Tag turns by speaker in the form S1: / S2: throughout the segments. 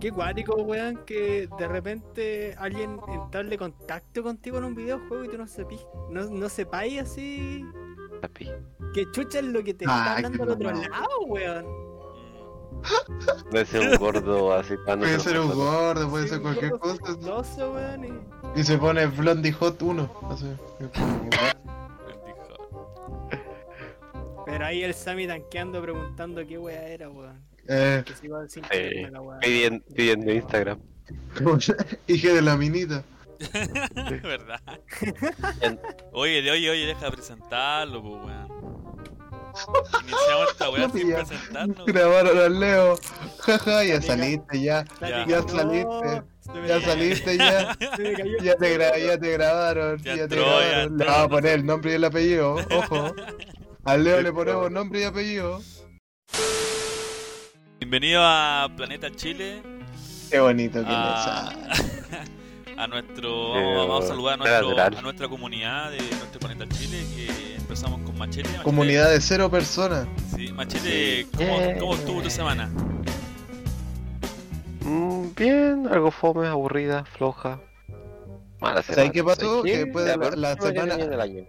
S1: Qué cuático, weón, que de repente alguien entable contacto contigo en un videojuego y tú no sepáis, no, no sepáis así.
S2: Papi.
S1: Que chucha es lo que te
S3: Ah,
S1: está hablando
S3: qué
S1: al otro
S3: mamá.
S1: lado, weón.
S4: Mm,
S2: Puede ser un gordo así cuando
S3: Puede
S2: se
S3: ser
S2: lo
S3: un
S2: pasa.
S3: gordo, puede
S1: Sí,
S3: ser
S1: un
S3: cualquier
S1: loco
S3: cosa.
S1: filoso, weón, y-
S3: Y se pone Blondie Hot 1. Así.
S4: Bendito.
S1: Pero ahí el Sammy tanqueando preguntando qué weá era, weón.
S3: Eh,
S1: Que si iba sin
S2: Sí.
S1: creerme la weá.
S2: Pidien- Pidiendo Instagram.
S3: como ya- Hija de la minita.
S4: ¿Verdad?
S2: Bien.
S4: Oye, oye, oye, deja de presentarlo, pues, weón. Iniciamos esta weá
S3: No,
S4: sin
S3: ya.
S4: presentarnos.
S3: Grabaron al Leo. Jaja, ya
S1: Amiga.
S3: saliste, ya.
S1: Está
S3: Ya
S1: diciendo,
S3: saliste,
S1: "No, se me
S3: Ya
S1: cayó-
S3: saliste, ya.
S1: se me cayó
S3: Ya te, gra- ya te grabaron.
S4: Ya
S3: Ya, te
S4: entró, ya
S3: grabaron. Le
S4: entró.
S3: vamos a poner el nombre y el apellido. Ojo. Al Leo le ponemos nombre y apellido.
S4: Bienvenido a Planeta Chile.
S3: Qué bonito que
S4: A,
S3: les
S4: a nuestro.
S2: Eh,
S4: Vamos, vamos a saludar a, nuestro-
S2: teatral.
S4: a nuestra comunidad de nuestro Planeta Chile que empezamos con Machete. Machete-
S3: Comunidad de cero personas.
S4: Sí, Machete, ¿cómo,
S2: Eh.
S4: cómo estuvo tu semana?
S2: Mm, bien, algo fome, aburrida, floja. Mala
S3: ¿Sabes
S2: semana.
S3: qué pasó?
S2: ¿Sabes qué?
S3: Que después de la-
S2: peor
S3: la semana-
S2: que tenía del año.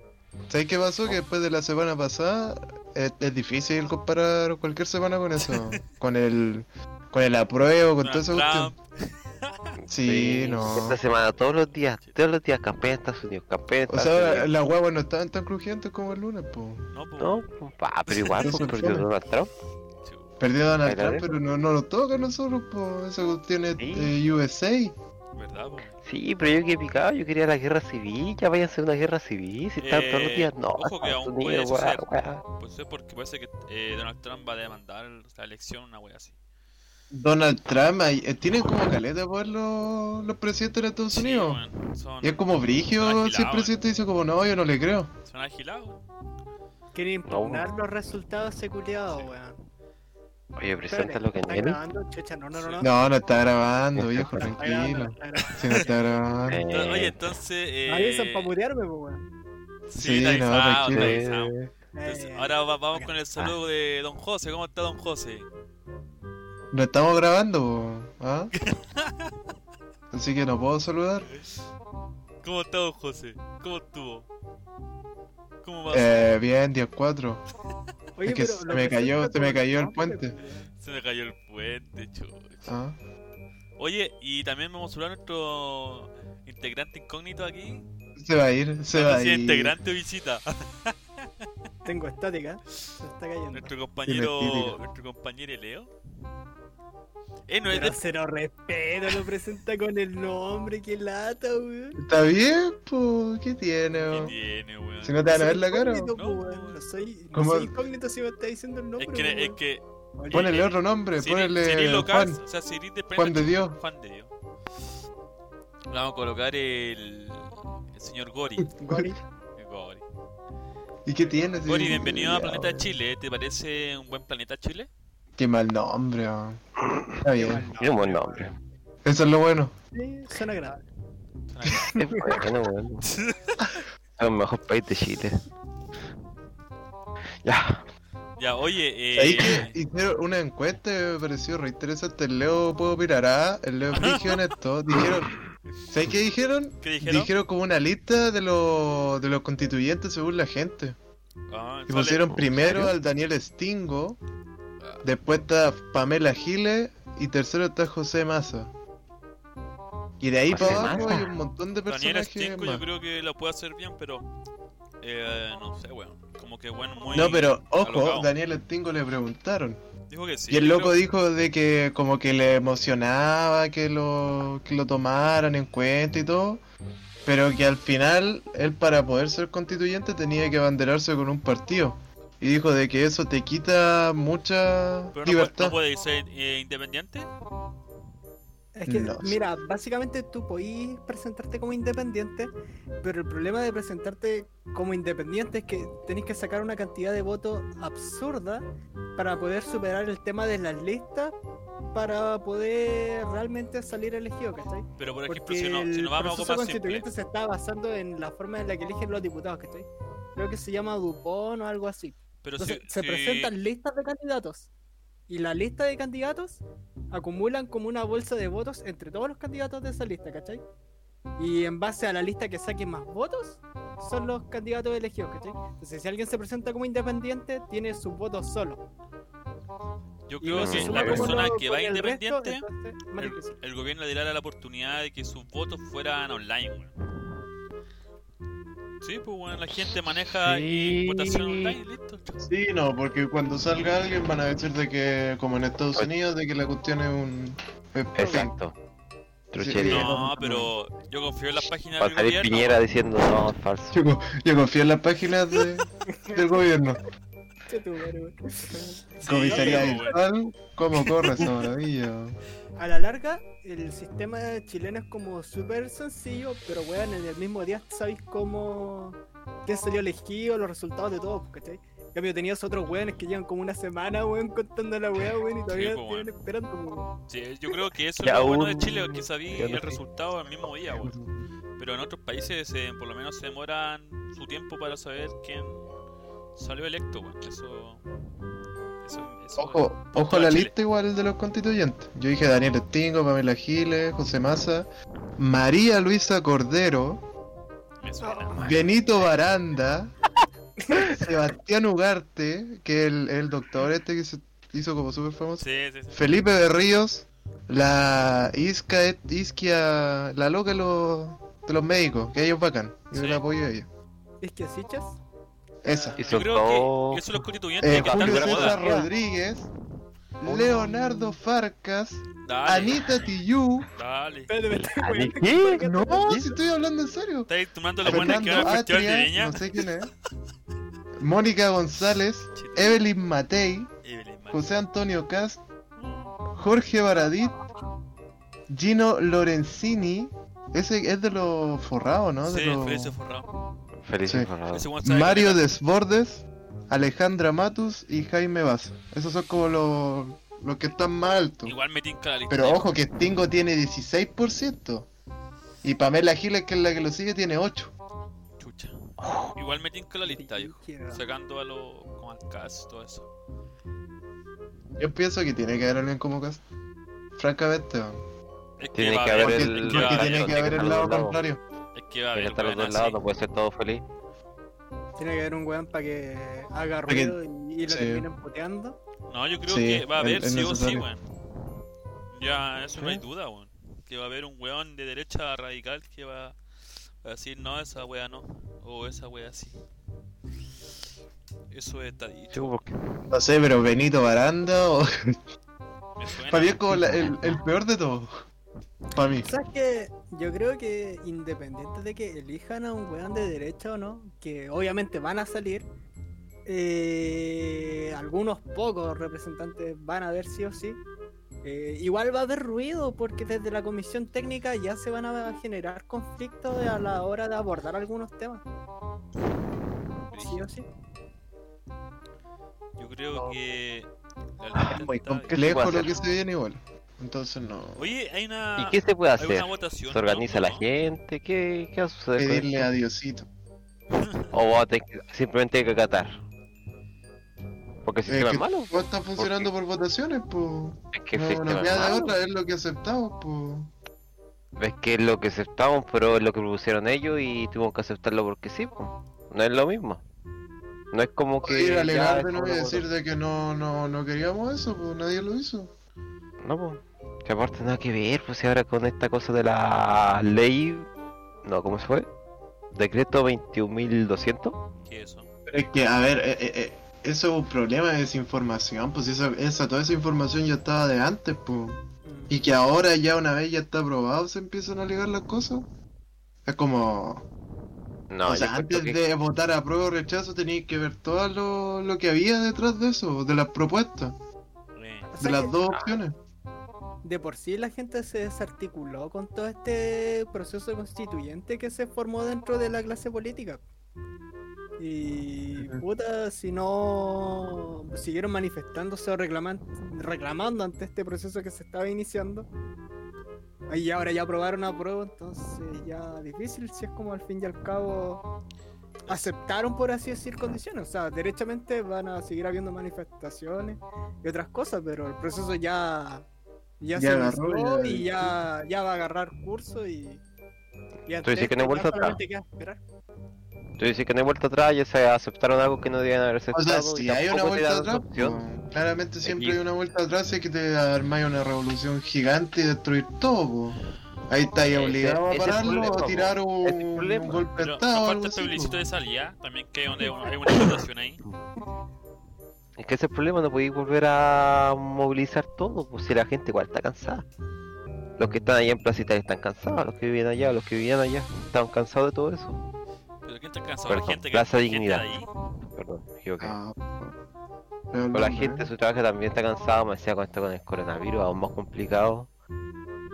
S3: ¿Sabes qué pasó? Que después de la semana pasada es, es difícil comparar cualquier semana con eso. con el con el apruebo, con toda
S4: Donald
S3: esa
S4: Trump,
S3: cuestión. Sí, no.
S2: Esta semana, todos los días, todos los días campeón en Estados Unidos, campeón en
S3: O
S2: Estados
S3: sea,
S2: Unidos.
S3: las huevas no estaban tan crujientes como el lunes, po.
S4: No, pues,
S2: No, pa, pero igual,
S3: Eso
S2: pues,
S3: es
S2: perdió
S3: fome.
S2: Donald Trump.
S4: chu.
S3: Perdió Donald
S2: Bailar
S3: Trump,
S2: eso.
S3: pero no, no lo toca a nosotros, po. Esa cuestión es eh,
S2: Sí.
S3: de USA.
S4: ¿verdad? pues?
S2: Sí, pero yo que picado, yo quería la guerra civil, ya vaya a ser una guerra civil, si están todos los días, no.
S4: Eh, ojo que aún
S2: Estados
S4: puede
S2: Unidos, weá,
S4: suceder.
S2: weá.
S4: Pues eso es porque parece que eh, Donald Trump va a demandar la elección, una wea así.
S3: Donald Trump, ahí- eh, tienen como caleta de poder los, los presidentes de Estados
S4: Sí,
S3: Unidos.
S4: weón, son,
S3: y es como brigio
S4: Tranquilado,
S3: si el
S4: eh.
S3: presidente dice como no, yo no le creo.
S4: son agilados.
S1: Quiere impugnar los resultados de ese culiao, weón.
S2: Oye, presenta lo que
S1: ¿Está
S2: viene.
S1: grabando? Chucha, no, no, no. no.
S3: No, no está grabando, viejo,
S1: Está grabando,
S3: tranquilo.
S1: está grabando.
S3: Si no está grabando.
S4: Ento-
S2: Eh,
S4: Oye, entonces. Eh,
S1: Ahí son para mutearme, pues, weón.
S4: sí,
S3: Sí,
S4: te
S3: no,
S4: avisamos,
S3: tranquilo.
S4: te avisamos.
S2: eh,
S4: Entonces,
S1: Eh,
S4: ahora va- vamos
S1: acá.
S4: con el saludo de Don José. ¿Cómo está Don José?
S3: No estamos grabando, po, ¿ah? Así que no puedo saludar.
S4: ¿Cómo está Don José? ¿Cómo estuvo? ¿Cómo va?
S3: Eh, bien, 10-4.
S1: Oye,
S3: es que
S1: pero
S3: se
S1: lo
S3: me cayó-
S1: presenta
S3: se me
S1: con
S3: cayó el
S1: nombre,
S3: puente.
S1: weón.
S4: Se me cayó el puente, chulo.
S3: ¿ah?
S4: Oye, y también vamos a saludar a nuestro integrante incógnito aquí.
S3: Se va a ir, se va
S4: No
S3: a
S4: sé si es
S3: ir.
S4: integrante o visita.
S1: Tengo estática. Se está cayendo.
S4: Nuestro compañero.
S3: típico.
S4: nuestro compañero Leo. Eh, no es
S1: Pero
S4: de.
S1: cero respeto, lo presenta con el nombre, qué lata, weón.
S3: Está bien, pues, ¿qué tiene?
S4: ¿Qué
S3: po?
S4: tiene, weón?
S3: Si no te van a
S1: Soy
S3: ver la cara.
S1: incógnito,
S3: po.
S1: po, weón. No soy, no
S3: ¿Cómo?
S1: soy incógnito si me está diciendo el nombre.
S4: Es que, es
S1: weón.
S4: que
S1: Oye,
S3: Ponele otro nombre,
S4: Si eres- si
S3: ponele
S4: eres local,
S3: Juan.
S4: o sea, si eres de
S3: Juan de Dios.
S4: Juan de Dios. Le Vamos a colocar el, el señor Gori.
S1: Gori,
S4: El Gori.
S3: ¿Y qué tiene? Sí,
S4: Gori, bienvenido a
S3: ya,
S4: Planeta
S3: po.
S4: Chile. ¿eh? ¿Te parece un buen Planeta Chile?
S3: Qué mal nombre, po. Está
S1: qué
S3: bien.
S2: Tiene un buen nombre.
S3: Eso es lo bueno.
S1: Sí, suena agradable.
S2: Es bueno, bueno. Es el mejor país de Chile. Ya,
S4: Ya, oye,
S3: Ahí
S4: eh,
S3: que hicieron una encuesta y me pareció re interesante. El Leo puedo pirará, el Leo Frigio en esto. Dijeron, ¿sabes qué dijeron?
S4: ¿qué
S3: Dijeron,
S4: dijeron?
S3: como una lista de los, de los constituyentes según la gente.
S4: Ah,
S3: Y
S4: sale-
S3: pusieron primero
S2: serio?
S3: al Daniel Stingo, después está Pamela Giles y tercero está José Massa. Y de ahí
S2: José
S3: para abajo
S2: Massa.
S3: hay un montón de
S4: Daniel
S3: personajes
S4: Stinco
S3: más.
S4: yo creo que lo puede hacer bien, pero... Eh, no sé, weón. Como que, bueno, muy...
S3: No, pero ojo,
S4: alocado.
S3: Daniel Stingo le preguntaron.
S4: Dijo que sí.
S3: y el
S4: yo
S3: loco
S4: creo-
S3: dijo de que como que le emocionaba que lo, que lo tomaran en cuenta y todo, pero que al final él para poder ser constituyente tenía que abanderarse con un partido. Y dijo de que eso te quita mucha
S4: Pero no, puede,
S3: libertad.
S4: no puede ser eh, independiente.
S1: Es que,
S3: No.
S1: mira, básicamente tú podís presentarte como independiente, pero el problema de presentarte como independiente es que tenés que sacar una cantidad de votos absurda para poder superar el tema de las listas para poder realmente salir elegido, ¿cachai?
S4: Pero, por ejemplo,
S1: Porque
S4: si, no, si
S1: el
S4: nos vamos a algo
S1: proceso
S4: más simple...
S1: constituyente se está basando en la forma en la que eligen los diputados, ¿cachai? Creo que se llama Dupont o algo así.
S4: Pero
S1: Entonces,
S4: si,
S1: se
S4: si-
S1: presentan listas de candidatos. Y la lista de candidatos acumulan como una bolsa de votos entre todos los candidatos de esa lista, ¿cachai? Y en base a la lista que saquen más votos, son los candidatos elegidos, ¿cachai? Entonces, si alguien se presenta como independiente, tiene sus votos solo.
S4: Yo
S1: Y
S4: creo
S1: uno se
S4: que
S1: suma
S4: la
S1: con
S4: persona
S1: los-
S4: que
S1: con
S4: va
S1: el resto,
S4: independiente,
S1: entonces, más
S4: el,
S1: difícil.
S4: el gobierno le dará la oportunidad de que sus votos fueran online, weón. Sí, pues bueno, la gente maneja y
S2: Sí.
S4: votación online, listo. chao.
S3: Sí, no, porque cuando salga alguien van a decir de que, como en Estados Unidos, de que la cuestión es un... es propia.
S2: Exacto. Truchería.
S4: No, pero yo confío en las páginas
S2: Va a
S4: del
S2: salir
S4: gobierno.
S2: Piñera diciendo no, es falso.
S3: Yo, co- yo confío en las páginas de- del gobierno.
S1: Che tu madre, weón.
S4: Sí,
S3: Comisaría
S4: pues, weón.
S3: virtual, ¿cómo corre esa maravilla?
S1: A la larga, el sistema chileno es como súper sencillo, pero weón, en el mismo día sabéis cómo. quién salió elegido, los resultados de todo, ¿cachai? En cambio, tenías otros weones que llevan como una semana, weón, contando la weá, weón, y todavía
S4: pues,
S1: siguen esperando, weón.
S4: Sí, yo creo que eso
S2: Ya
S4: es lo bueno de
S2: aún-
S4: Chile, que sabí
S2: ya no
S4: el
S2: sé.
S4: resultado el mismo día, weón. Pero en otros países eh, por lo menos se demoran su tiempo para saber quién salió electo, weón. Eso... Eso... eso
S3: Ojo, ojo la lista igual de los constituyentes. Yo dije Daniel Estingo, Pamela Giles, José Massa, María Luisa Cordero,
S4: Me suena.
S3: Benito Baranda, Sebastián Ugarte, que el, el doctor este que se hizo como súper famoso,
S4: Sí, sí, sí.
S3: Felipe de Ríos, la Isca, Isquia, la loca de los, de los médicos, que ellos vacan. Yo
S4: Sí.
S3: le apoyo a ella.
S1: Es que así, chas.
S3: Esa.
S2: Y
S4: Yo
S2: son
S4: creo que
S2: todos-
S4: eso los constituyentes
S3: Eh,
S4: que están
S3: Julio
S4: de
S3: César
S4: moda.
S3: Rodríguez, Leonardo Farcas,
S4: Dale,
S3: Anita Tillú.
S4: dale.
S1: Espérate, me estoy
S2: Ah,
S1: weando.
S2: ¿qué?
S1: ¿Por qué
S3: No,
S1: te-
S3: si estoy hablando en serio.
S4: ¿Estáis tomando la buena que
S3: Fernando
S4: van al festival de
S3: Atria,
S4: Viña?
S3: no sé quién es. Mónica González,
S4: Chito.
S3: Evelyn Matei,
S4: Evelyn, man.
S3: José Antonio Cast, Jorge Baradit, Gino Lorenzini. Ese es de los forrados, ¿no? De
S4: Sí,
S3: los-
S4: Felicio Forrado.
S2: Feliz
S3: Sí.
S2: informado.
S4: Ese weón sabe
S3: Mario
S4: caleta.
S3: Desbordes, Alejandra Matus y Jaime Vaz. Esos son como los, los que están más altos.
S4: Igual me tinca la lista.
S3: Pero ojo que Stingo tiene 16%. Y Pamela Giles, que es la que lo sigue, tiene 8.
S4: Chucha. Igual me tinca la lista, viejo.
S1: Quiero-
S4: Sacando a los... Con Alcaz, todo eso.
S3: Yo pienso que tiene que haber alguien como Cast. Francamente, weón.
S4: Es
S2: Tiene
S4: va
S2: que
S4: a
S2: haber
S3: porque,
S2: el-
S3: porque
S2: la-
S3: tiene que haber el lado
S2: los lados.
S3: contrario.
S4: Es que va
S2: Tiene que
S4: a haber,
S2: estar los
S4: weón,
S2: dos lados,
S4: así.
S2: no puede ser todo feliz.
S1: Tiene que haber un weón para que haga
S3: Pa' que-
S1: ruido y, y lo
S3: sí.
S1: terminen puteando.
S4: No, yo creo
S3: Sí,
S4: que va a haber
S3: es- es
S4: sí o sí,
S3: necesario.
S4: weón. Ya, eso no hay
S3: ¿Sí?
S4: duda, weón. Que va a haber un weón de derecha radical que va a decir, no, esa wea no. O esa wea sí. Eso está dicho.
S2: Chupo, porque-
S3: No sé, pero Benito Baranda o...
S4: Me suena.
S3: Para mí es como la- el, el peor de todos. Para mí.
S1: ¿Sabes qué? Yo creo que independiente de que elijan a un weón de derecha o no, que obviamente van a salir, eh, algunos pocos representantes van a ver sí o sí. Eh, igual va a haber ruido porque desde la comisión técnica ya se van a generar conflictos de- a la hora de abordar algunos temas. Sí o sí.
S4: Yo creo
S3: No.
S4: que. la
S3: Es
S4: lista
S3: muy
S4: está bien.
S3: complejo
S2: hacer?
S3: lo que se viene igual. Entonces no.
S4: Oye, hay una.
S2: ¿Y qué se puede
S4: hay una
S2: hacer?
S4: votación.
S2: ¿Se organiza
S4: ¿no?
S2: la gente? ¿Qué, qué va a suceder con
S3: Pedirle
S2: esto?
S3: a Diosito.
S2: ¿O va a tener que- simplemente hay que acatar? Porque el
S3: Eh,
S2: sistema
S3: que
S2: es malo.
S3: todo está funcionando por votaciones, pues.
S2: Es que el
S3: no,
S2: sistema
S3: no
S2: es
S3: queda de
S2: malo.
S3: otra, es lo que aceptamos, pues.
S2: Es que es lo que aceptamos, pero es lo que propusieron ellos y tuvimos que aceptarlo porque sí, po. no es lo mismo. No es como que.
S3: ir a
S2: ya
S3: alegar
S2: es
S3: de nuevo y
S2: una
S3: decir de que no, no, no queríamos eso, pues nadie lo hizo.
S2: cosa- No, po. Que aparte nada que ver, pues y ahora con esta cosa de la ley. No, ¿cómo se fue? Decreto 21.200.
S4: ¿Qué es eso?
S3: Pero es que, a ver, eh, eh, eh, eso es un problema de desinformación, pues esa, esa, toda esa información ya estaba de antes, pues. Y que ahora ya una vez ya está aprobado se empiezan a alegar las cosas. Es como...
S2: No,
S3: o
S2: yo
S3: sea,
S2: encuentro
S3: antes
S2: que-
S3: de votar a prueba o rechazo tenías que ver todo lo, lo que había detrás de eso, de las propuestas,
S4: Eh,
S1: O
S3: de
S1: sea
S3: las
S1: que
S2: Ah.
S3: dos opciones.
S1: de por sí la gente se desarticuló con todo este proceso constituyente que se formó dentro de la clase política. Y
S3: Ujú.
S1: puta, si no siguieron manifestándose o reclaman- reclamando ante este proceso que se estaba iniciando. Y ahora ya aprobaron a prueba, entonces ya difícil si es como al fin y al cabo aceptaron, por así decir, condiciones. O sea, derechamente van a seguir habiendo manifestaciones y otras cosas, pero el proceso ya, ya,
S3: Ya
S1: se
S3: agarró,
S1: inició
S3: ya-
S1: y ya, ya va a agarrar curso y... y
S2: Tú dices
S1: ante
S2: que no hay
S1: esto ya
S2: vuelta atrás.
S1: solamente queda esperar.
S2: Tú dices que no hay vuelta atrás, ya se aceptaron algo que no debían haber
S3: O sea,
S2: aceptado.
S3: si
S2: y
S3: hay una
S2: tampoco te
S3: vuelta
S2: dan otra
S3: atrás,
S2: opción.
S3: po, claramente siempre
S2: Aquí.
S3: hay una vuelta atrás es que te armáis una revolución gigante y destruir todo. po. Ahí estáis
S2: Ese-
S3: obligados
S2: ese
S3: a
S2: es el
S3: pararlo
S2: problema,
S3: o
S2: po.
S3: a tirar un,
S2: Ese es el problema.
S3: un golpe de
S4: Pero
S3: estado o
S4: aparte
S3: algo
S4: el
S3: así, pues. po.
S4: plebiscito de salida, también que hay, donde hay una votación ahí.
S2: Es que ese es el problema, no podéis volver a movilizar todo, pues si la gente igual está cansada. Los que están allá en Placita están cansados, los que vivían allá, los que vivían allá, están cansados de todo eso.
S4: Pero ¿quién está cansado? La
S2: Perdón,
S4: gente que
S2: Plaza
S4: la gente de
S2: Dignidad.
S4: ahí.
S2: Perdón, me equivoqué.
S3: Ah, po. Pero
S2: Pero la
S3: no,
S2: gente de
S3: ¿eh?
S2: su trabajo también está cansada, me decía con esto con el coronavirus, aún más complicado.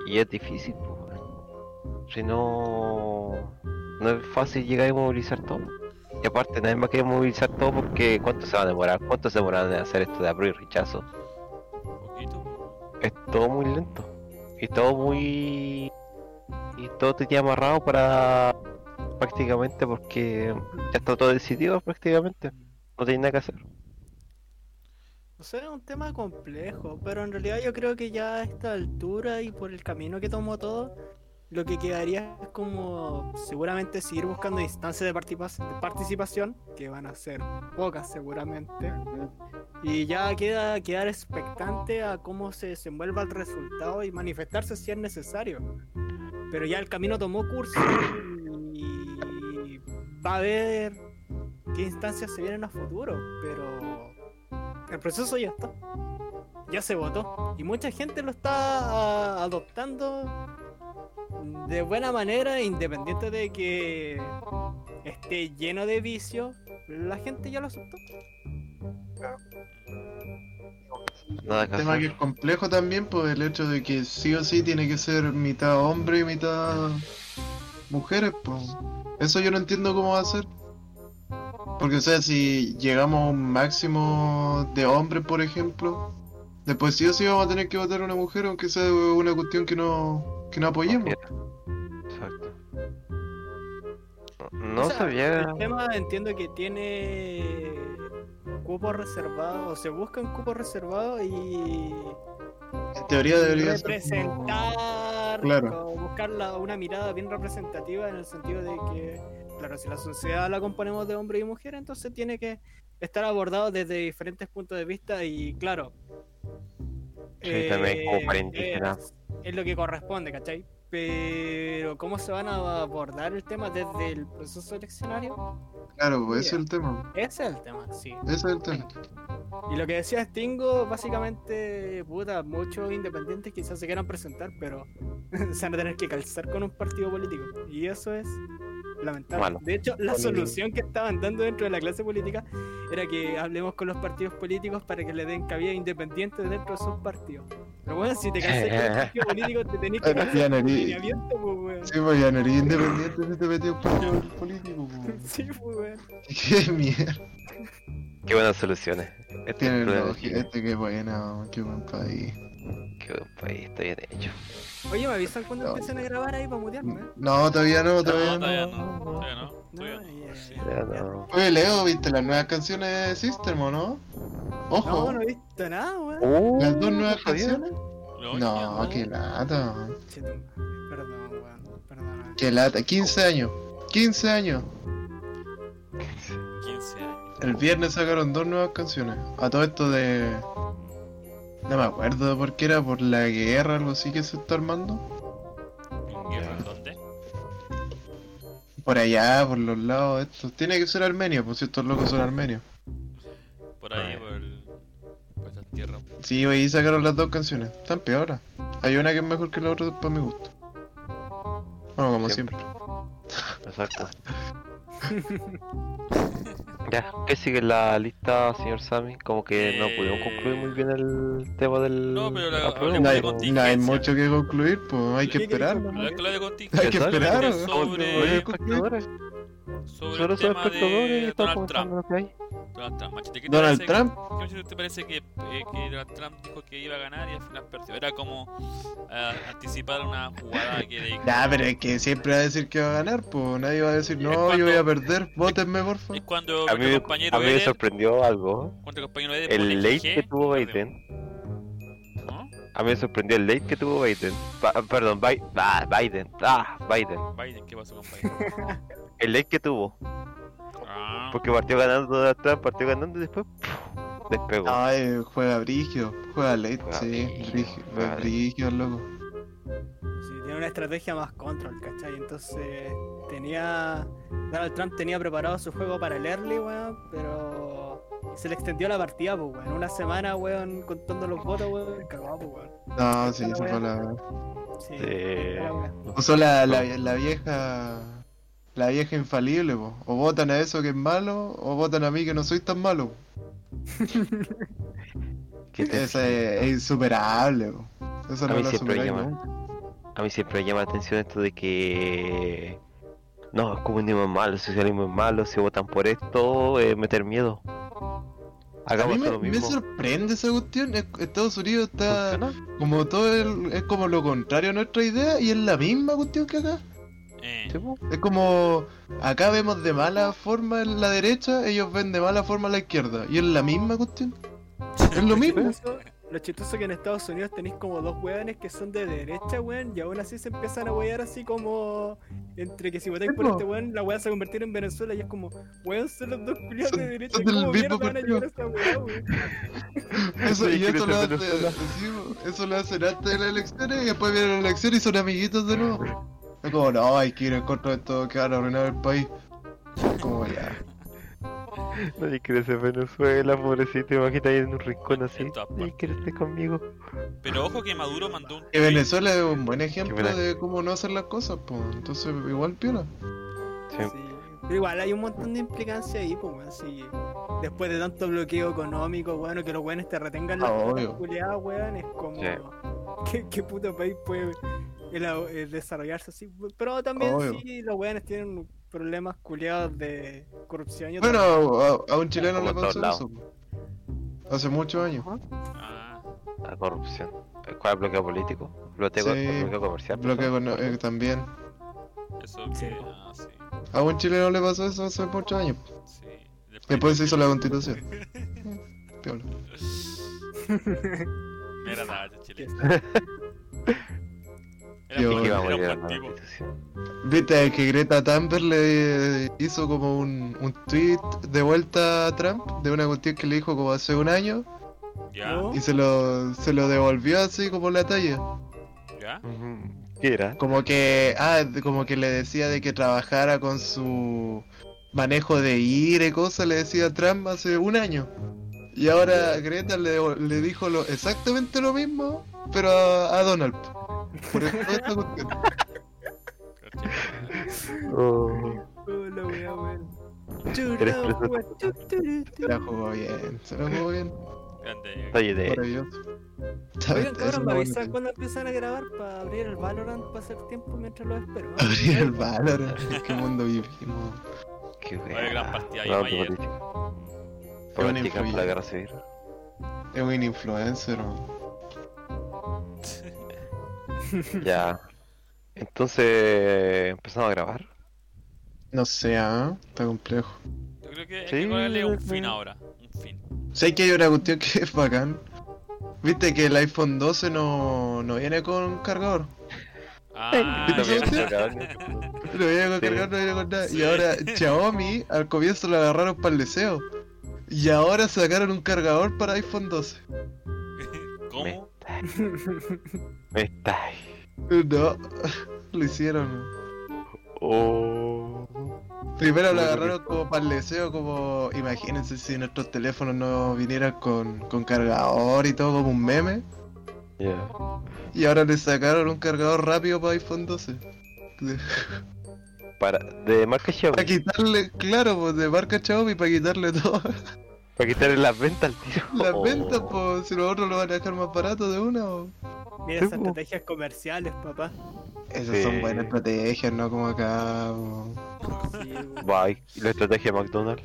S2: Y es difícil, pues. weón. Si no. No es fácil llegar y movilizar todo. Y aparte, nadie más quiere movilizar todo porque ¿cuánto se va a demorar? ¿Cuánto se demoran en hacer esto de abrir rechazo?
S4: Poquito.
S2: Es todo muy lento. Y todo muy. Y todo tenía amarrado para. prácticamente porque. ya está todo decidido prácticamente. No tiene nada que hacer.
S1: O sea, es un tema complejo, pero en realidad yo creo que ya a esta altura y por el camino que tomó todo, lo que quedaría es como seguramente seguir buscando instancias de, participa- de participación, que van a ser pocas seguramente, y ya queda quedar expectante a cómo se desenvuelva el resultado y manifestarse si es necesario. Pero ya el camino tomó curso y va a haber qué instancias se vienen a futuro, pero el proceso ya está. Ya se votó. Y mucha gente lo está ah, adoptando de buena manera, independiente de que esté lleno de vicios. La gente ya lo aceptó.
S2: Nada que
S3: El tema que
S2: hacer.
S3: es complejo también, pues el hecho de que sí o sí tiene que ser mitad hombre y mitad mujeres, pues. Eso yo no entiendo cómo va a ser. Porque, o sea, si llegamos a un máximo de hombres, por ejemplo, después sí o sí vamos a tener que votar a una mujer, aunque sea una cuestión que no, que no apoyemos.
S2: Exacto. eh, No
S1: O sea,
S2: sabía.
S1: El tema entiendo que tiene cupos reservados, o se buscan cupos reservados y
S3: En teoría debería ser. como-
S1: representar,
S3: Claro.
S1: como buscar la- una mirada bien representativa en el sentido de que, claro, si la sociedad la componemos de hombres y mujeres, entonces tiene que estar abordado desde diferentes puntos de vista y, claro, eh,
S2: Sí, también como para indígenas.
S1: es, es lo que corresponde, ¿cachai? Pero cómo se van a abordar el tema desde el proceso eleccionario,
S3: Claro, pues ese es el tema.
S1: ese es el tema, sí.
S3: Ese es el tema.
S1: Y lo que decía Stingo, básicamente, puta, muchos independientes quizás se quieran presentar, pero se van a tener que calzar con un partido político. Y eso es lamentable.
S2: Malo.
S1: De hecho, la
S3: Con-
S1: solución que estaban dando dentro de la clase política era que hablemos con los partidos políticos para que le den cabida a independientes dentro de sus partidos. Pero bueno, si te calzas con un partido político, te tenés que
S3: Bueno,
S1: calzar
S3: ya
S1: con
S3: no
S1: un
S3: vi.
S1: lineamiento, pues, weón.
S3: Sí, pues ya no eres independiente si te metías por el político, pues.
S1: Sí, pues, weón.
S3: Qué mierda.
S2: Qué buenas soluciones. Este es el
S3: Tiene
S2: problema de
S3: lógica,
S2: Chile.
S3: este que buena, qué buen país.
S2: Qué buen país, está bien hecho.
S1: Oye, me avisan cuando
S3: No.
S1: empiecen a grabar ahí para mutearme. ¿eh?
S3: No, todavía no, todavía
S4: No,
S3: no.
S4: todavía no. Todavía no. Todavía
S1: No,
S4: no.
S1: ya,
S4: Sí.
S1: ya.
S2: Ya no.
S3: Oye, Leo, ¿viste las nuevas canciones de System o no? Ojo,
S1: No, no he visto nada, weón.
S3: las dos nuevas
S2: ¿sabía?
S3: canciones.
S4: Lo-
S3: No, qué lata,
S1: Chetumare, Perdón, weón, perdón.
S3: qué lata. 15 años, 15 años.
S4: 15 años.
S3: El viernes sacaron dos nuevas canciones. A todo esto de. No me acuerdo por qué era, por la guerra, algo así que se está armando.
S4: ¿En guerra? ¿Dónde?
S3: Por allá, por los lados de estos. Tiene que ser Armenia, por si estos locos son armenios.
S4: Por ahí, por el. Por esa tierra.
S3: Sí, oye, sacaron las dos canciones. Están peoras. Hay una que es mejor que la otra para mi gusto. Bueno, como siempre.
S2: Siempre. Exacto. ya, ¿qué sigue en la lista, señor Sammy? Como que no pudimos concluir muy bien el tema del.
S4: Eh, No, pero la-
S2: apruebo,
S4: hablemos de
S2: pero-
S4: contigo.
S3: No hay mucho que concluir, pues hay que esperar.
S4: La escuela de Contigo.
S3: Hay que
S2: Exacto.
S3: esperar.
S4: Sobre-
S2: Oye, espectadores,
S4: Sobre
S2: Solo
S4: el
S2: son
S4: tema
S2: espectadores y
S4: de
S2: estamos
S4: Donald Trump.
S2: comentando lo que hay.
S4: Donald Trump. Machete, ¿qué te
S3: Donald
S4: parece que-
S3: Trump.
S4: ¿Qué mucho te parece que, eh, que Donald Trump dijo que iba a ganar y al final perdió? Era como eh, anticipar una jugada que de...
S3: Nah, pero es que siempre va a decir que va a ganar, pues nadie va a decir,
S4: Y
S3: no,
S4: es cuando-
S3: yo voy a perder, votenme, porfa.
S4: Es cuando
S2: A mí,
S4: nuestro
S2: a
S4: compañero
S2: mí me
S4: Eder,
S2: sorprendió algo.
S4: cuando el compañero Eder pone
S2: El late
S4: GG,
S2: que tuvo
S4: perdió,
S2: Biden.
S4: ¿no?
S2: A mí me sorprendió el late que tuvo Biden. Ba- perdón, Bi- ah, Biden. Ah, Biden.
S4: Biden, ¿qué pasó con Biden?
S2: El late que tuvo.
S4: Ah,
S2: Porque partió ganando Donald Trump, partió ganando y después pff, despegó.
S3: Ay, juega Brigio, juega late,
S2: Juega
S3: sí,
S2: brígido,
S3: Brigio,
S2: juega
S3: Brigio, loco.
S1: Sí, tiene una estrategia más control, ¿cachai? Entonces tenía. Donald Trump tenía preparado su juego para el early, weón, pero se le extendió la partida, pues, weón. Una semana, weón, contando los votos, weón, cagado, pues, weón.
S3: No, sí,
S1: Esta
S3: se
S1: la wea.
S3: fue la.
S1: Sí.
S2: Sí.
S1: la wea.
S3: Usó la, la, la vieja. La vieja infalible, po. O votan a eso que es malo, o votan a mí que no soy tan malo.
S2: ¿Qué te-
S3: Esa es, es insuperable, po. Esa
S2: A
S3: no
S2: mí
S3: la
S2: siempre
S3: superáis,
S2: me llama.
S3: ¿no?
S2: A mí siempre me llama la atención esto de que. No, el comunismo es malo, el socialismo es malo, si votan por esto, eh, meter miedo.
S3: A mí
S2: Hagamos
S3: me,
S2: todo lo
S3: me
S2: mismo.
S3: sorprende esa cuestión. es- Estados Unidos está
S2: ¿Funciona?
S3: como todo el- es como lo contrario a nuestra idea y es la misma cuestión que acá.
S4: eh,
S2: Sí, po.
S3: Es como acá vemos de mala forma en la derecha, ellos ven de mala forma a la izquierda y es la misma cuestión. Es lo mismo.
S1: chistoso- Lo chistoso es que en Estados Unidos tenéis como dos weones que son de derecha, weón, y aún así se empiezan a wear así como entre que si votáis
S3: Sí,
S1: por
S3: po.
S1: este weón, la weá se va a convertir en Venezuela y es como, weón, son los dos culiados de
S3: Son-
S1: derecha,
S3: son del
S1: ¿cómo mierda
S3: mismo
S1: van a llegar a esta weá, weón?
S3: Eso,
S2: Sí,
S3: y
S2: quiero
S3: eso lo,
S2: ser
S3: hace,
S2: Venezuela.
S3: sí, eso lo hacen antes de las elecciones y después vienen las elecciones y son amiguitos de nuevo. Es como, no, hay que ir en contra de todo que van a arruinar el país. Como ya.
S2: Nadie quiere ser Venezuela, pobrecito, imagínate ahí en un rincón así.
S4: En todas
S2: Nadie quiere estar conmigo.
S4: Pero ojo que Maduro mandó un
S3: Que
S4: tweet.
S3: Venezuela es un buen ejemplo
S2: buena-
S3: de cómo no hacer las cosas, pues. Entonces, igual piola.
S2: Sí.
S1: Sí. Pero igual hay un montón de implicancia ahí, pues, weón. Si después de tanto bloqueo económico, bueno, que los weones te retengan las
S3: Ah,
S1: plata
S3: obvio.
S1: culiada, weón, es como.
S2: Sí.
S1: ¿qué, qué puto país puede ela- eh, desarrollarse así? Pero también
S3: Obvio.
S1: sí, los weones tienen problemas culiados de corrupción y
S3: Bueno,
S1: otra-
S3: a, a un chileno
S2: Como
S3: le
S2: en todos
S3: pasó eso. po. Hace muchos años.
S4: Ah,
S2: La corrupción. ¿Cuál bloqueo político? ¿Bloqueo,
S3: Sí,
S2: bloqueo comercial? pues,
S3: Bloqueo
S2: perdón.
S3: con- eh, también.
S4: eso que...
S1: Sí.
S4: Ah, sí,
S3: A un chileno le pasó eso hace muchos años.
S4: sí. Después,
S3: Después se hizo la constitución. Piola.
S4: Mira nada, de
S1: que
S4: Chile.
S1: es-
S4: Era
S3: Yo-
S2: ¿Y
S4: un-
S2: qué
S3: Era
S2: vamos a llegar
S4: era un
S2: a la
S4: antiguo.
S2: constitución?
S3: Viste que Greta Thunberg le hizo como un, un tweet de vuelta a Trump de una cuestión que le dijo como hace un año
S4: ¿Ya?
S1: ¿No?
S3: y se lo, se lo devolvió así como la talla.
S4: ¿Ya?
S2: Ujú. ¿Qué era?
S3: Como que, ah, de- como que le decía de que trabajara con su manejo de ira y cosas, le decía a Trump hace un año. Y ahora Greta le, le dijo lo, exactamente lo mismo, pero a, a Donald. Por eso esta cuestión.
S1: Oh, la weá, weón.
S2: Eres preso.
S3: Se la jugó bien, se la jugó bien.
S4: Grande.
S2: Oye, de-
S3: Maravilloso.
S1: Oigan, cabrón,
S3: Es un
S1: me
S3: bonito.
S1: avisan cuando empiezan a grabar para abrir el Valorant para hacer tiempo mientras lo espero. ¿eh?
S3: Abrir el Valorant, qué mundo vivimos.
S2: Qué
S4: Oye, gran partida,
S2: No,
S4: yo
S2: qué
S4: ayer.
S2: política.
S3: Qué buen
S2: Política para
S3: influyente.
S2: la guerra civil.
S3: Es un influencer, man.
S2: Ya. Entonces, empezamos a grabar.
S3: No sé, ah, está complejo.
S4: Yo creo que hay
S2: Sí,
S4: que ponerle un
S2: sí.
S4: fin ahora. Un fin.
S3: Sé que hay una cuestión que es bacán. Viste que el iPhone 12 no, no viene con cargador.
S4: Ah,
S3: ¿Y tú
S4: ya.
S3: sabes? No viene con
S2: Sí.
S3: cargador, no viene con nada.
S4: Sí.
S3: Y ahora Xiaomi al comienzo lo agarraron para el deseo. Y ahora sacaron un cargador para iPhone 12.
S2: Me
S4: ¿Cómo?
S2: estáis. Me estáis.
S3: No, lo hicieron.
S2: Oh.
S3: Primero lo agarraron como para el deseo, como imagínense si nuestros teléfonos no vinieran con, con cargador y todo como un meme.
S2: Ya.
S3: Y ahora le sacaron un cargador rápido para iPhone 12.
S2: Para, de marca Xiaomi.
S3: Para quitarle, claro, pues de marca Xiaomi, para quitarle todas
S2: Para quitarle las ventas al tiro.
S3: las
S2: Oh.
S3: ventas, pues si los otros lo van a dejar más barato de una. po.
S1: Mira
S2: Sí,
S1: esas
S2: po.
S1: estrategias comerciales, papá.
S3: Esas
S2: Sí.
S3: son buenas estrategias, no como acá. po.
S1: Sí, weón.
S2: Bye. ¿Y la estrategia de McDonald's?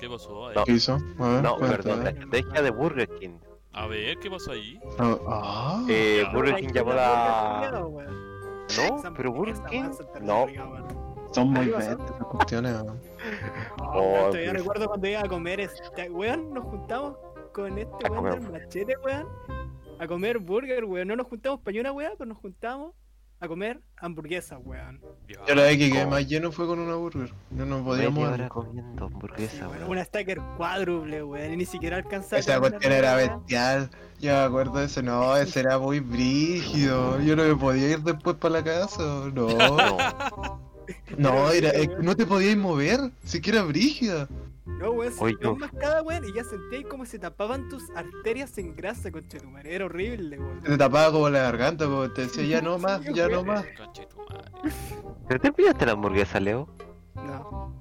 S4: ¿Qué pasó ahí?
S2: No.
S3: ¿Qué hizo? A ver,
S2: No,
S3: Ah, cuenta.
S2: perdón, eh. la estrategia de Burger King.
S4: A ver, ¿qué pasó ahí?
S3: No, ah,
S2: Eh,
S4: Ya.
S2: Burger King llamó la.
S1: Cuidado, weón.
S2: No,
S1: Esa-
S2: pero Burger
S1: esa
S2: King.
S1: weá se está
S2: No,
S1: rica, weón.
S3: son muy
S1: ¿qué pasó?
S3: vetas las cuestiones. weón.
S1: Oh,
S2: Oh,
S1: todavía
S2: Dios.
S1: recuerdo cuando iba a comer, este, weón, nos juntamos con este
S2: A
S1: weón del
S2: comer.
S1: machete, weón, a comer burger, weón. No nos juntamos para una weá, pero nos juntamos a comer hamburguesas, weón.
S4: Ya.
S3: Yo la vez que quedé
S2: Oh.
S3: más lleno fue con una burger. No nos
S2: media
S3: podíamos.
S2: hora comiendo hamburguesa,
S1: Bueno,
S2: weón.
S1: una stacker cuádruple, weón, y ni siquiera alcanzaba.
S3: Esa cuestión era bestial. Yo me acuerdo de ese, no, ese era muy brígido. Yo no me podía ir después para la casa. No,
S2: No,
S3: no, era, eh, no te podías mover, siquiera brígida.
S1: No, weón,
S2: Oye,
S1: dos
S2: yo-
S1: más cada weón, y ya sentí como se tapaban tus arterias en grasa, conchetumare. Era horrible, weón.
S3: Te tapaba como la garganta, como te decía, ya no más, ya no más.
S4: Conchetumare.
S2: ¿Pero te pillaste la hamburguesa, Leo?
S1: No,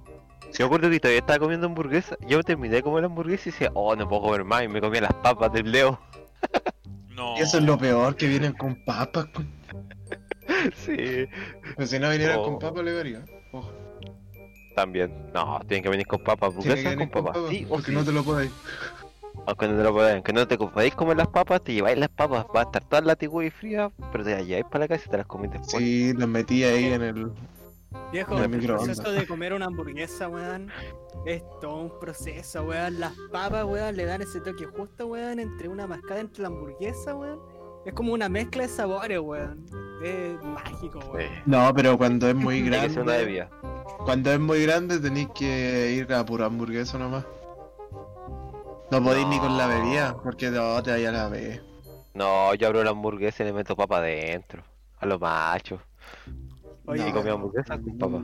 S2: Si me acuerdo que todavía estaba comiendo hamburguesa, yo terminé de comer la hamburguesa y decía, oh, no puedo comer más, y me comía las papas del Leo.
S4: No.
S3: Y eso es lo peor, que vienen con papas. cu-
S2: sí,
S3: Pero si no vinieran
S2: Oh.
S3: con papas, le daría. Ojo,
S2: también. No, tienen que venir con papas,
S3: tiene que
S2: hamburguesas
S3: venir
S2: con papas. Sí, o
S3: porque
S2: sí.
S3: no te lo podéis.
S2: Aunque no te lo puedan, que no te podéis comer las papas, te lleváis las papas, va a estar todas latiguas y frías, pero te las lleváis para la casa y te las comís después.
S3: Sí, los metí ahí en el.
S1: viejo,
S3: En el
S1: el
S3: microondas.
S1: proceso de comer una hamburguesa, weón, es todo un proceso, weón. Las papas, weón, le dan ese toque justo, weón, entre una mascada entre la hamburguesa, weón. Es como una mezcla de sabores, weón. Es mágico, weón.
S2: Eh,
S3: No, pero cuando es muy
S2: tiene que ser una
S3: grande.
S2: bebida.
S3: Cuando es muy grande, tenéis que ir a pura hamburguesa nomás. No podéis ni con la bebida, porque no te vaya la bebé.
S2: No, yo abro la hamburguesa y le meto papa adentro. A los machos.
S1: Oye,
S2: Y
S3: No.
S2: comía hamburguesa con papa.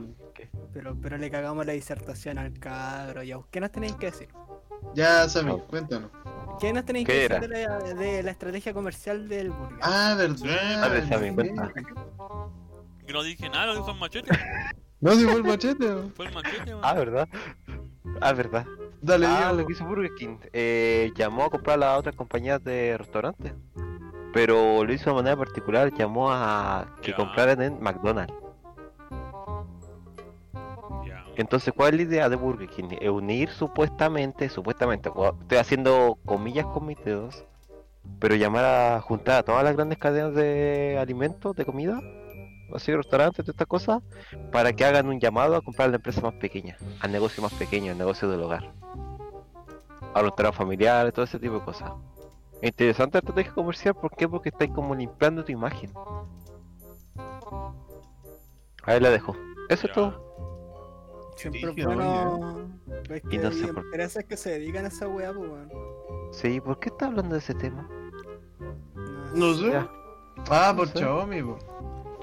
S1: pero, pero le cagamos la disertación al cabro. Ya, ¿qué nos tenéis que decir?
S3: Ya, Sammy, cuéntanos.
S1: ¿Qué nos tenéis
S2: ¿Qué
S1: que decir
S2: era?
S1: de la, de la estrategia comercial del burger?
S3: Ah,
S2: Dale,
S3: verdad.
S2: Sammy, cuenta.
S4: Yo no dije nada, lo dijo el machete.
S3: No, si fue el machete.
S4: Fue el machete, man.
S2: Ah, ¿verdad? Ah, ¿verdad?
S3: Dale,
S2: Ah,
S3: dígalo.
S2: lo que hizo Burger King. Eh, llamó a comprar a las otras compañías de restaurantes. Pero lo hizo de manera particular. Llamó a que
S4: Ya.
S2: compraran en McDonald's.
S4: Ya.
S2: Entonces, ¿cuál es la idea de Burger King? Eh, unir supuestamente, supuestamente, cua- estoy haciendo comillas con mis dedos, pero llamar a juntar a todas las grandes cadenas de alimentos, de comida, así restaurantes, todas estas cosas, para que hagan un llamado a comprar a la empresa más pequeña, al negocio más pequeño, al negocio del hogar, a los restaurantes familiares, todo ese tipo de cosas. Interesante estrategia comercial, ¿por qué? Porque estáis como limpiando tu imagen. Ahí la dejo. Eso
S4: Ya.
S2: es todo.
S1: Siempre es
S3: Brígido,
S1: bueno. Es que
S2: Y no
S1: hay
S2: sé por-
S1: empresas que se dedican a esa weá, pues, weón.
S2: Sí, ¿por qué está hablando de ese tema?
S3: No sé.
S2: Ya.
S3: Ah, por
S2: Sí.
S3: Xiaomi, po.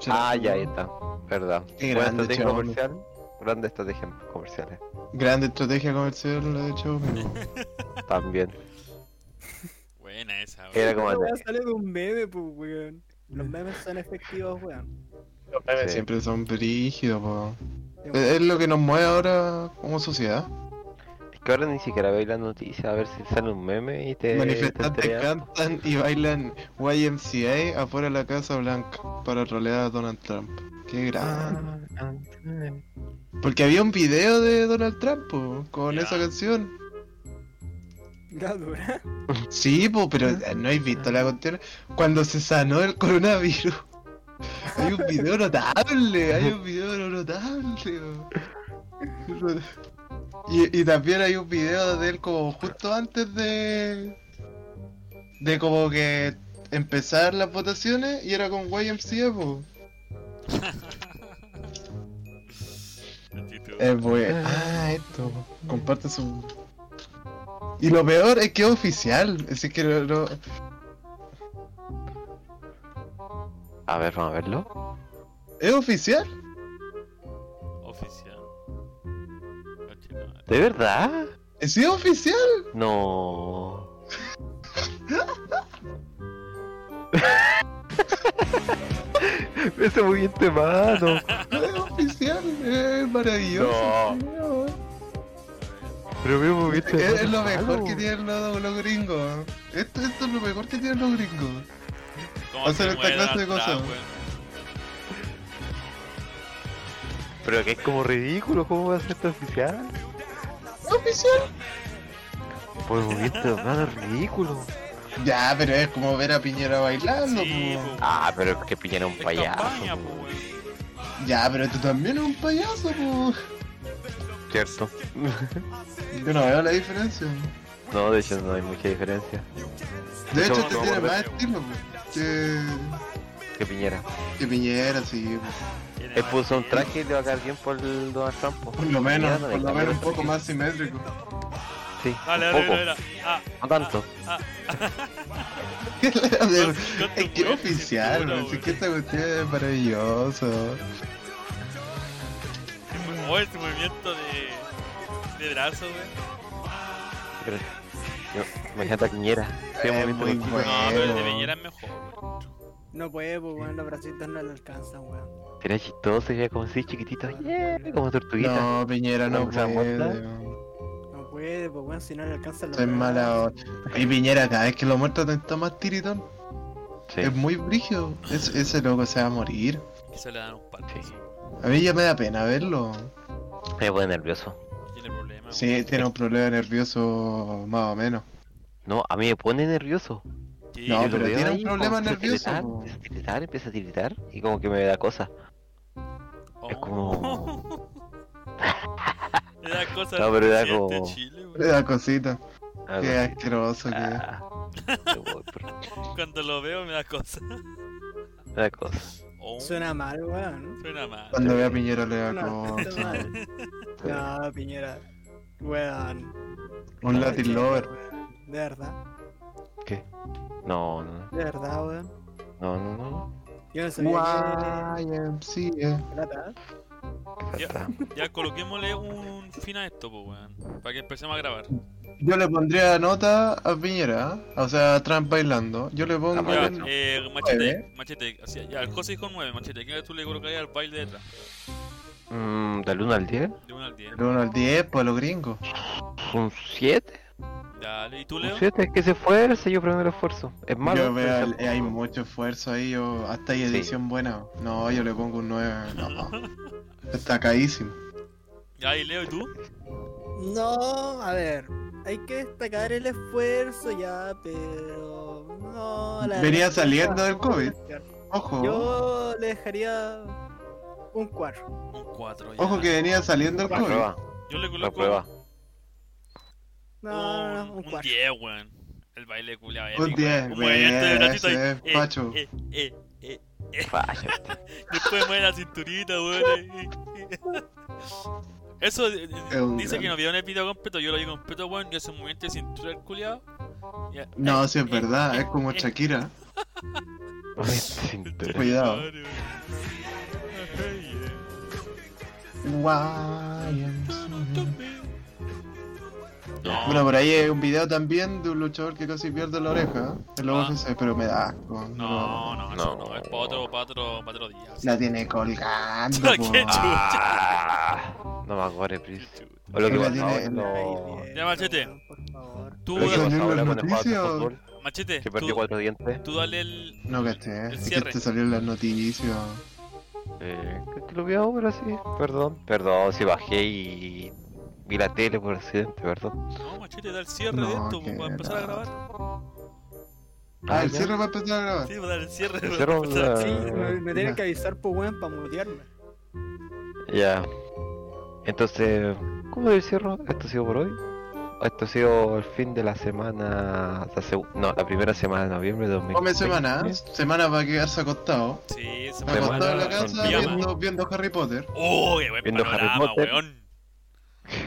S2: ah, ya, ahí está. Verdad.
S3: Qué
S2: Buena
S3: grande,
S2: estrategia
S3: chabón.
S2: comercial. Grande estrategia comercial eh,
S3: Grande estrategia comercial la de Xiaomi. po.
S2: también.
S4: Buena esa, weón.
S2: Era como.
S1: Esa weá sale de un meme, pues, weón. Los
S3: Mm.
S1: memes son efectivos, weón.
S2: Sí.
S3: Siempre son brígidos, po. Es es lo que nos mueve ahora como sociedad.
S2: Es que ahora ni siquiera veis la noticia a ver si sale un meme y te.
S3: Manifestantes
S2: te entregan.
S3: cantan y bailan YMCA afuera de la Casa Blanca para trolear a Donald Trump. Qué grande.
S2: Ah, ah, ah.
S3: Porque había un video de Donald Trump po, con
S4: Ya.
S3: esa canción.
S1: La dura.
S3: Sí, po, pero eh, no he visto la cuestión. Cuando se sanó el coronavirus. Hay un video notable, hay un video notable. po. Y, y también hay un video de él como justo antes de... De como que empezar las votaciones y era con YMCA, po.
S4: Actitud.
S3: Es bueno. Ah, esto. Comparte su. Y lo peor es que es oficial. Así que no. no-
S2: A ver, vamos a verlo.
S3: ¿Es oficial?
S4: Oficial. Conchetumare.
S2: ¿De verdad?
S3: ¿Sí es oficial?
S2: No. Me hace muy bien te mano.
S3: Es oficial. Es maravilloso.
S2: Pero me muy bien te
S3: Es, es lo
S2: mano.
S3: mejor que tienen los, los gringos. Esto, esto es lo mejor que tienen los gringos.
S4: ¿Cómo
S3: Hacer
S4: se
S3: esta
S4: mueve
S3: clase de
S4: atrás,
S3: cosas.
S4: weón?
S2: Pero que es como ridículo, ¿cómo va a ser tan oficial?
S3: oficial.
S2: Pues movimiento de manos ridículo.
S3: Ya, pero es como ver a Piñera bailando.
S4: Sí,
S3: po.
S4: po,
S2: Ah, pero es que pillan a un
S4: Es
S2: payaso.
S4: campaña, pues,
S2: po,
S4: po, weón.
S3: Ya, pero tú también eres un payaso. po.
S2: ¿Cierto?
S3: Yo no veo la diferencia.
S2: No, de hecho no hay mucha diferencia.
S3: De hecho,
S2: Somos-
S3: este
S2: somos
S3: tiene más
S4: verdes,
S3: estilo po, que,
S2: Que Piñera.
S3: que Piñera, sí. po.
S4: Tiene
S2: Él
S4: más
S2: puso un
S4: que-
S2: traje y le va a caer bien por el Donald Trump. po.
S3: Por lo
S2: Piñera
S3: menos,
S2: no le
S3: por lo
S2: cambia
S3: menos un
S2: los
S3: poco
S2: trajes.
S3: más simétrico.
S2: Sí,
S4: Dale,
S2: un
S4: dale,
S2: poco.
S4: dale. dale. Ah,
S2: No tanto.
S4: ah,
S3: A ver,
S4: Yo- yo te
S3: es que
S4: voy a
S3: oficial,
S4: decir,
S3: weón,
S4: puta,
S3: si es que esta cuestión es maravillosa.
S4: ah. Oh, este movimiento de. de brazo, weón.
S2: Pero... yo- Imagínate a Piñera. Sí, un
S3: Eh,
S2: movimiento
S3: muy
S2: contigo.
S3: bueno.
S4: No, pero el de
S3: Bueno.
S4: Piñera es mejor, weón.
S1: No puede, pues, weón, los bracitos no le alcanzan, weón.
S2: Sería chistoso, sería como así chiquitito. Yeah, como tortuguita.
S3: No, Piñera no
S2: ¿Vamos a
S3: puede.
S2: mostrar?
S3: weón.
S1: No puede, pues, weón, si no le alcanzan los
S3: Soy mala
S1: brazos.
S3: onda. Y Piñera cada vez que lo muestra está más tiritón.
S2: Sí.
S3: Es muy brígido. Es- ese loco se va a morir.
S4: Quizá le dan un palo.
S2: Sí.
S3: A mí ya me da pena verlo.
S2: Me pone nervioso.
S4: Tiene problema,
S3: Sí, tiene un problema nervioso más o menos.
S2: No, a mí me pone nervioso.
S4: weón.
S3: No,
S4: Sí,
S2: Yo lo
S3: pero
S2: veo
S3: tiene un
S2: ahí,
S3: problema
S2: como empieza a
S3: nervioso,
S2: tiritar, Empieza a tiritar, empieza a tiritar y como que me da cosa.
S4: oh.
S2: Es como...
S4: Le da cosas
S2: No, pero era
S4: presidente
S2: como-
S4: de Chile,
S3: Le
S4: weón.
S3: da cosita.
S2: algo
S3: Qué
S2: así.
S3: asqueroso que es.
S2: Ah, yo voy por-
S4: Cuando lo veo me da cosas.
S2: me da cosa.
S4: Oh, suena...
S1: Suena mal, weón.
S4: mal.
S3: Cuando ve a Piñera le da
S1: No,
S3: cosa.
S1: está mal. No, Piñera. Weón.
S3: Un Latin lover.
S1: weón. De verdad,
S2: No, no,
S1: de verdad, weón.
S2: no, no, no.
S1: Yo no sabía
S3: YMCA.
S1: que era
S2: qué falta.
S4: Ya coloquémosle un fin a esto, pues, weón. Para que empecemos a grabar.
S3: Yo le pondría nota a Piñera, ¿eh? o sea, a Trump bailando. Yo le
S2: Ah,
S3: pongo.
S2: bueno,
S4: Ya,
S2: no.
S4: eh, machete,
S3: Nueve.
S4: machete. Así, ya, el José dijo 9, machete. ¿Qué tú le colocarías al baile de atrás?
S2: Mm, del 1 al 10,
S4: De 1 al 10.
S3: Del 1 al 10 para los gringos.
S2: un 7.
S4: Dale, ¿y tú, Leo?
S2: Un 7 es que se esfuerza, yo primero esfuerzo. Es malo.
S3: yo veo,
S2: pero
S3: al- eh,
S2: tampoco-
S3: hay mucho esfuerzo ahí, yo, hasta hay
S2: Sí.
S3: edición buena. No, yo le pongo un 9. No. Está caísimo.
S4: Ya, y Leo, ¿y tú?
S1: No, a ver. Hay que destacar el esfuerzo ya, pero. No, la
S3: Venía
S1: verdad-
S3: saliendo Oh. del COVID. Ojo,
S1: Yo le dejaría un 4.
S4: Un 4. Ya.
S3: ojo que venía saliendo el
S2: La
S3: COVID.
S2: prueba,
S4: Yo le
S2: la
S4: coloco
S2: prueba.
S1: No, no, no,
S4: Oh, un,
S1: Ah, un
S4: un
S1: 4.
S4: 10, weón. El baile culiao.
S3: Un
S4: épico.
S3: 10,
S4: Un movimiento de
S3: weón,
S4: bracito ahí.
S3: ese es
S4: Eh,
S3: facho.
S4: eh, eh, eh.
S2: Falla.
S4: Después mueve la cinturita, weón. eh, eh. Eso eh,
S3: Es un
S4: dice
S3: gran-
S4: que no vieron el video completo. Yo lo vi completo, weón. Yo hace un movimiento de cintura el culiao. Ya,
S3: No,
S4: eh,
S3: si es
S4: eh,
S3: verdad,
S4: eh,
S3: es como
S4: eh.
S3: Shakira.
S2: Cintura.
S3: Cuidado.
S4: Este, Madre, weón. Ay, eh.
S3: YMCA.
S4: No.
S3: Bueno, por ahí hay un video también de un luchador que casi pierde la oreja. El
S4: Ah.
S3: UFC, pero me da asco.
S4: No, no, eso
S2: No.
S4: no, es para otro, para otro, para otro día.
S3: La tiene colgando.
S4: ¿Qué
S3: po.
S4: chucha?
S2: Ah, no me acuerdo, Pris. O lo que
S3: Pero
S2: pasa ahora
S3: tiene-
S2: no.
S1: Ay,
S4: Ya, Machete.
S1: weón, Por favor.
S4: Tú,
S2: Lo que
S3: Pero
S4: dale-
S2: pasa
S3: salió en
S2: ahora
S3: las
S2: con el jugador de
S3: noticias.
S2: fútbol,
S4: machete,
S2: que perdió
S4: tú,
S2: cuatro dientes.
S4: tú dale el...
S3: No caché,
S4: El
S3: es que este
S4: cierre.
S3: te salió en las noticias.
S2: Eh, que lo vi ahora sí, perdón. Perdón, si bajé y vi la tele por accidente, perdón.
S4: No, machete, da el cierre de
S3: No,
S4: esto,
S3: que
S4: para empezar a
S3: no.
S4: grabar.
S3: Ah, el
S2: ya.
S3: cierre va a empezar a grabar.
S4: Sí, para dar el cierre.
S2: El
S4: pa'
S2: cierre,
S4: empezar a-
S2: la-
S1: Sí, me, me tienen
S3: Ya.
S1: que avisar, pues, weón, para mutearme.
S2: Ya. Entonces, ¿cómo le cierro? Esto ha sido por hoy. Esto ha sido el fin de la semana. la seg- no, la primera semana de noviembre de 2020.
S3: Come semanas, semanas va a quedarse acostado.
S4: Sí, se me
S2: Semana
S3: Acostado en
S4: acostó
S3: la
S2: con
S3: casa
S2: pijama.
S3: viendo, viendo Harry Potter.
S4: Oh, qué buen
S2: Viendo Harry
S4: panorama,
S2: Potter.
S4: weón.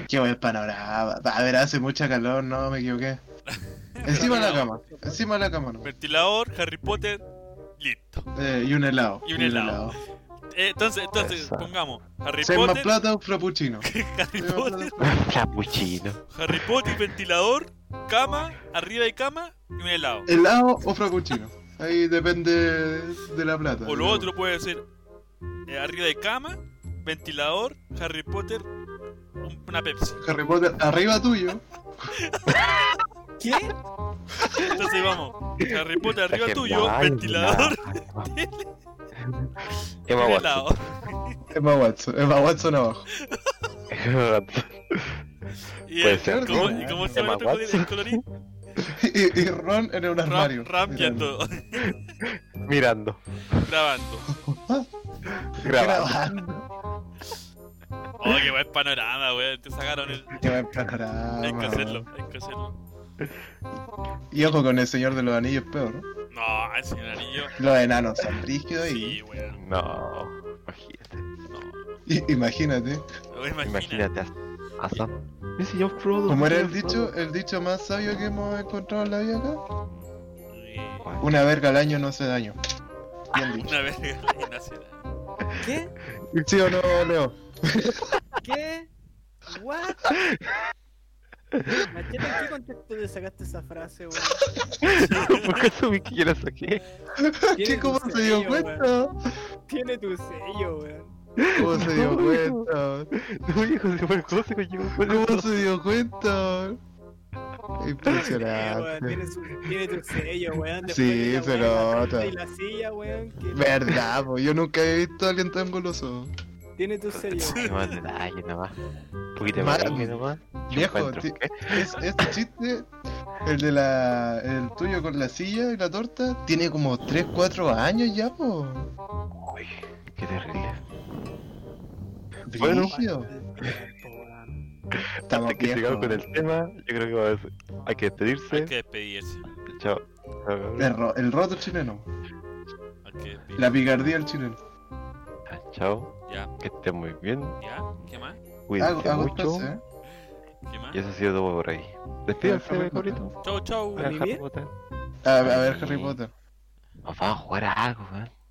S3: Qué buen panorama. A ver, hace mucha calor, no, me equivoqué. Encima de la cama, encima de la cama, no.
S4: Ventilador, Harry Potter, listo.
S3: Eh, y un helado.
S4: Y un helado. Eh, entonces, entonces,
S2: Esa.
S4: pongamos Harry
S3: Seis más
S4: Potter,
S3: plata, un frappuccino.
S4: Harry
S3: Seis más
S4: Potter,
S3: plata.
S2: Chapuchino.
S4: Harry Potter, ventilador, cama, arriba de cama y un helado.
S3: ¿Helado o frappuccino? Ahí depende de la plata.
S4: O lo otro puede ser eh, arriba de cama, ventilador, Harry Potter, un- una Pepsi.
S3: Harry Potter, arriba tuyo.
S1: ¿Qué?
S4: Entonces vamos, Harry Potter
S2: Está
S4: arriba
S2: que
S4: tuyo,
S2: guay,
S4: ventilador,
S2: la-
S4: y
S2: Emma
S4: un
S2: Watson.
S4: helado.
S3: Emma Watson, Emma Watson abajo.
S2: Emma Watson.
S4: Y ¿Y,
S2: Puede
S4: el-
S2: ser.
S4: ¿cómo,
S3: ¿no?
S4: ¿Y cómo se
S2: Se
S4: llama el
S2: llama
S4: otro del colorín?
S3: Y, y Ron en un
S4: Rap,
S3: armario.
S4: rapeando,
S2: Mirando.
S4: grabando.
S2: Grabando.
S3: Grabando.
S4: Oh, qué buen panorama, weón. Te sacaron el.
S3: Qué buen panorama,
S4: Hay que hacerlo,
S3: weón.
S4: hay que hacerlo.
S3: Y ojo con el señor de los anillos, peor, ¿no?
S4: No, el señor anillo.
S3: Los enanos son rígidos
S4: Sí, weón.
S2: No. Imagínate.
S4: No.
S3: y, y- imagínate.
S4: Weón, Imagina.
S2: Imagínate a, a Sam. Mi señor Frodo.
S3: Como
S2: mi
S3: era el
S2: señor Frodo.
S3: dicho, el dicho más sabio que hemos encontrado en la vida acá.
S4: Eh,
S3: Una verga al año no hace daño. Bien dicho.
S4: Una verga la gimnasia.
S1: ¿Qué?
S3: ¿Sí o no, Leo?
S1: ¿Qué? ¿What? Machete, ¿en qué contexto le sacaste esa frase, weón?
S2: ¿Por qué asumí que yo la saqué?
S3: ¿Qué, ¿Cómo
S1: tu
S3: se dio
S1: sello,
S3: cuenta?
S1: Tiene tu sello, weón.
S3: ¿Cómo se dio cuenta?
S2: No, viejo, se fue el coso que llevo con
S3: ¿Cómo se dio cuenta?
S1: Sí, weón,
S3: Impresionante.
S1: Tiene, su, tiene tu sello, weón.
S3: Sí,
S1: de la
S3: se
S1: weá, la
S3: nota.
S1: mesa Y la silla, weón. que-
S3: Verdad, po, yo nunca he visto a alguien tan goloso.
S1: Tiene tu sello.
S2: Un poquito más de detalle nomás. Un poquito
S3: Mal.
S2: más detalle nomás. Yo
S3: Viejo,
S2: encuentro
S3: ti-
S2: que-
S3: Es, este chiste, el de la. el tuyo con la silla y la torta, tiene como 3, 4 años ya, po.
S2: Uy, qué terrible. Bueno.
S3: Brígido.
S1: weón.
S3: Estamos
S2: Antes que sigamos con
S3: viejos.
S2: el tema, yo creo que vamos a- hay que despedirse.
S4: Hay que despedirse.
S2: Chao. Chao, cabrón.
S3: El, ro- el roto chileno.
S4: Hay que despedirse.
S3: La picardía del chileno.
S2: Chao.
S4: Ya,
S2: Que estén muy bien.
S4: ya. ¿Qué más?
S2: Cuídense
S3: Hago, hago
S2: Pues, mucho.
S3: entonces, ¿eh?
S4: ¿Qué más?
S2: Y eso ha sido todo por ahí. Despídanse,
S3: Harry
S2: cabrito.
S4: Chau, chau.
S1: Harry
S2: Harry Potter.
S3: A, a ver, Harry Potter.
S2: Nos vamos a jugar a algo, ¿eh? weón.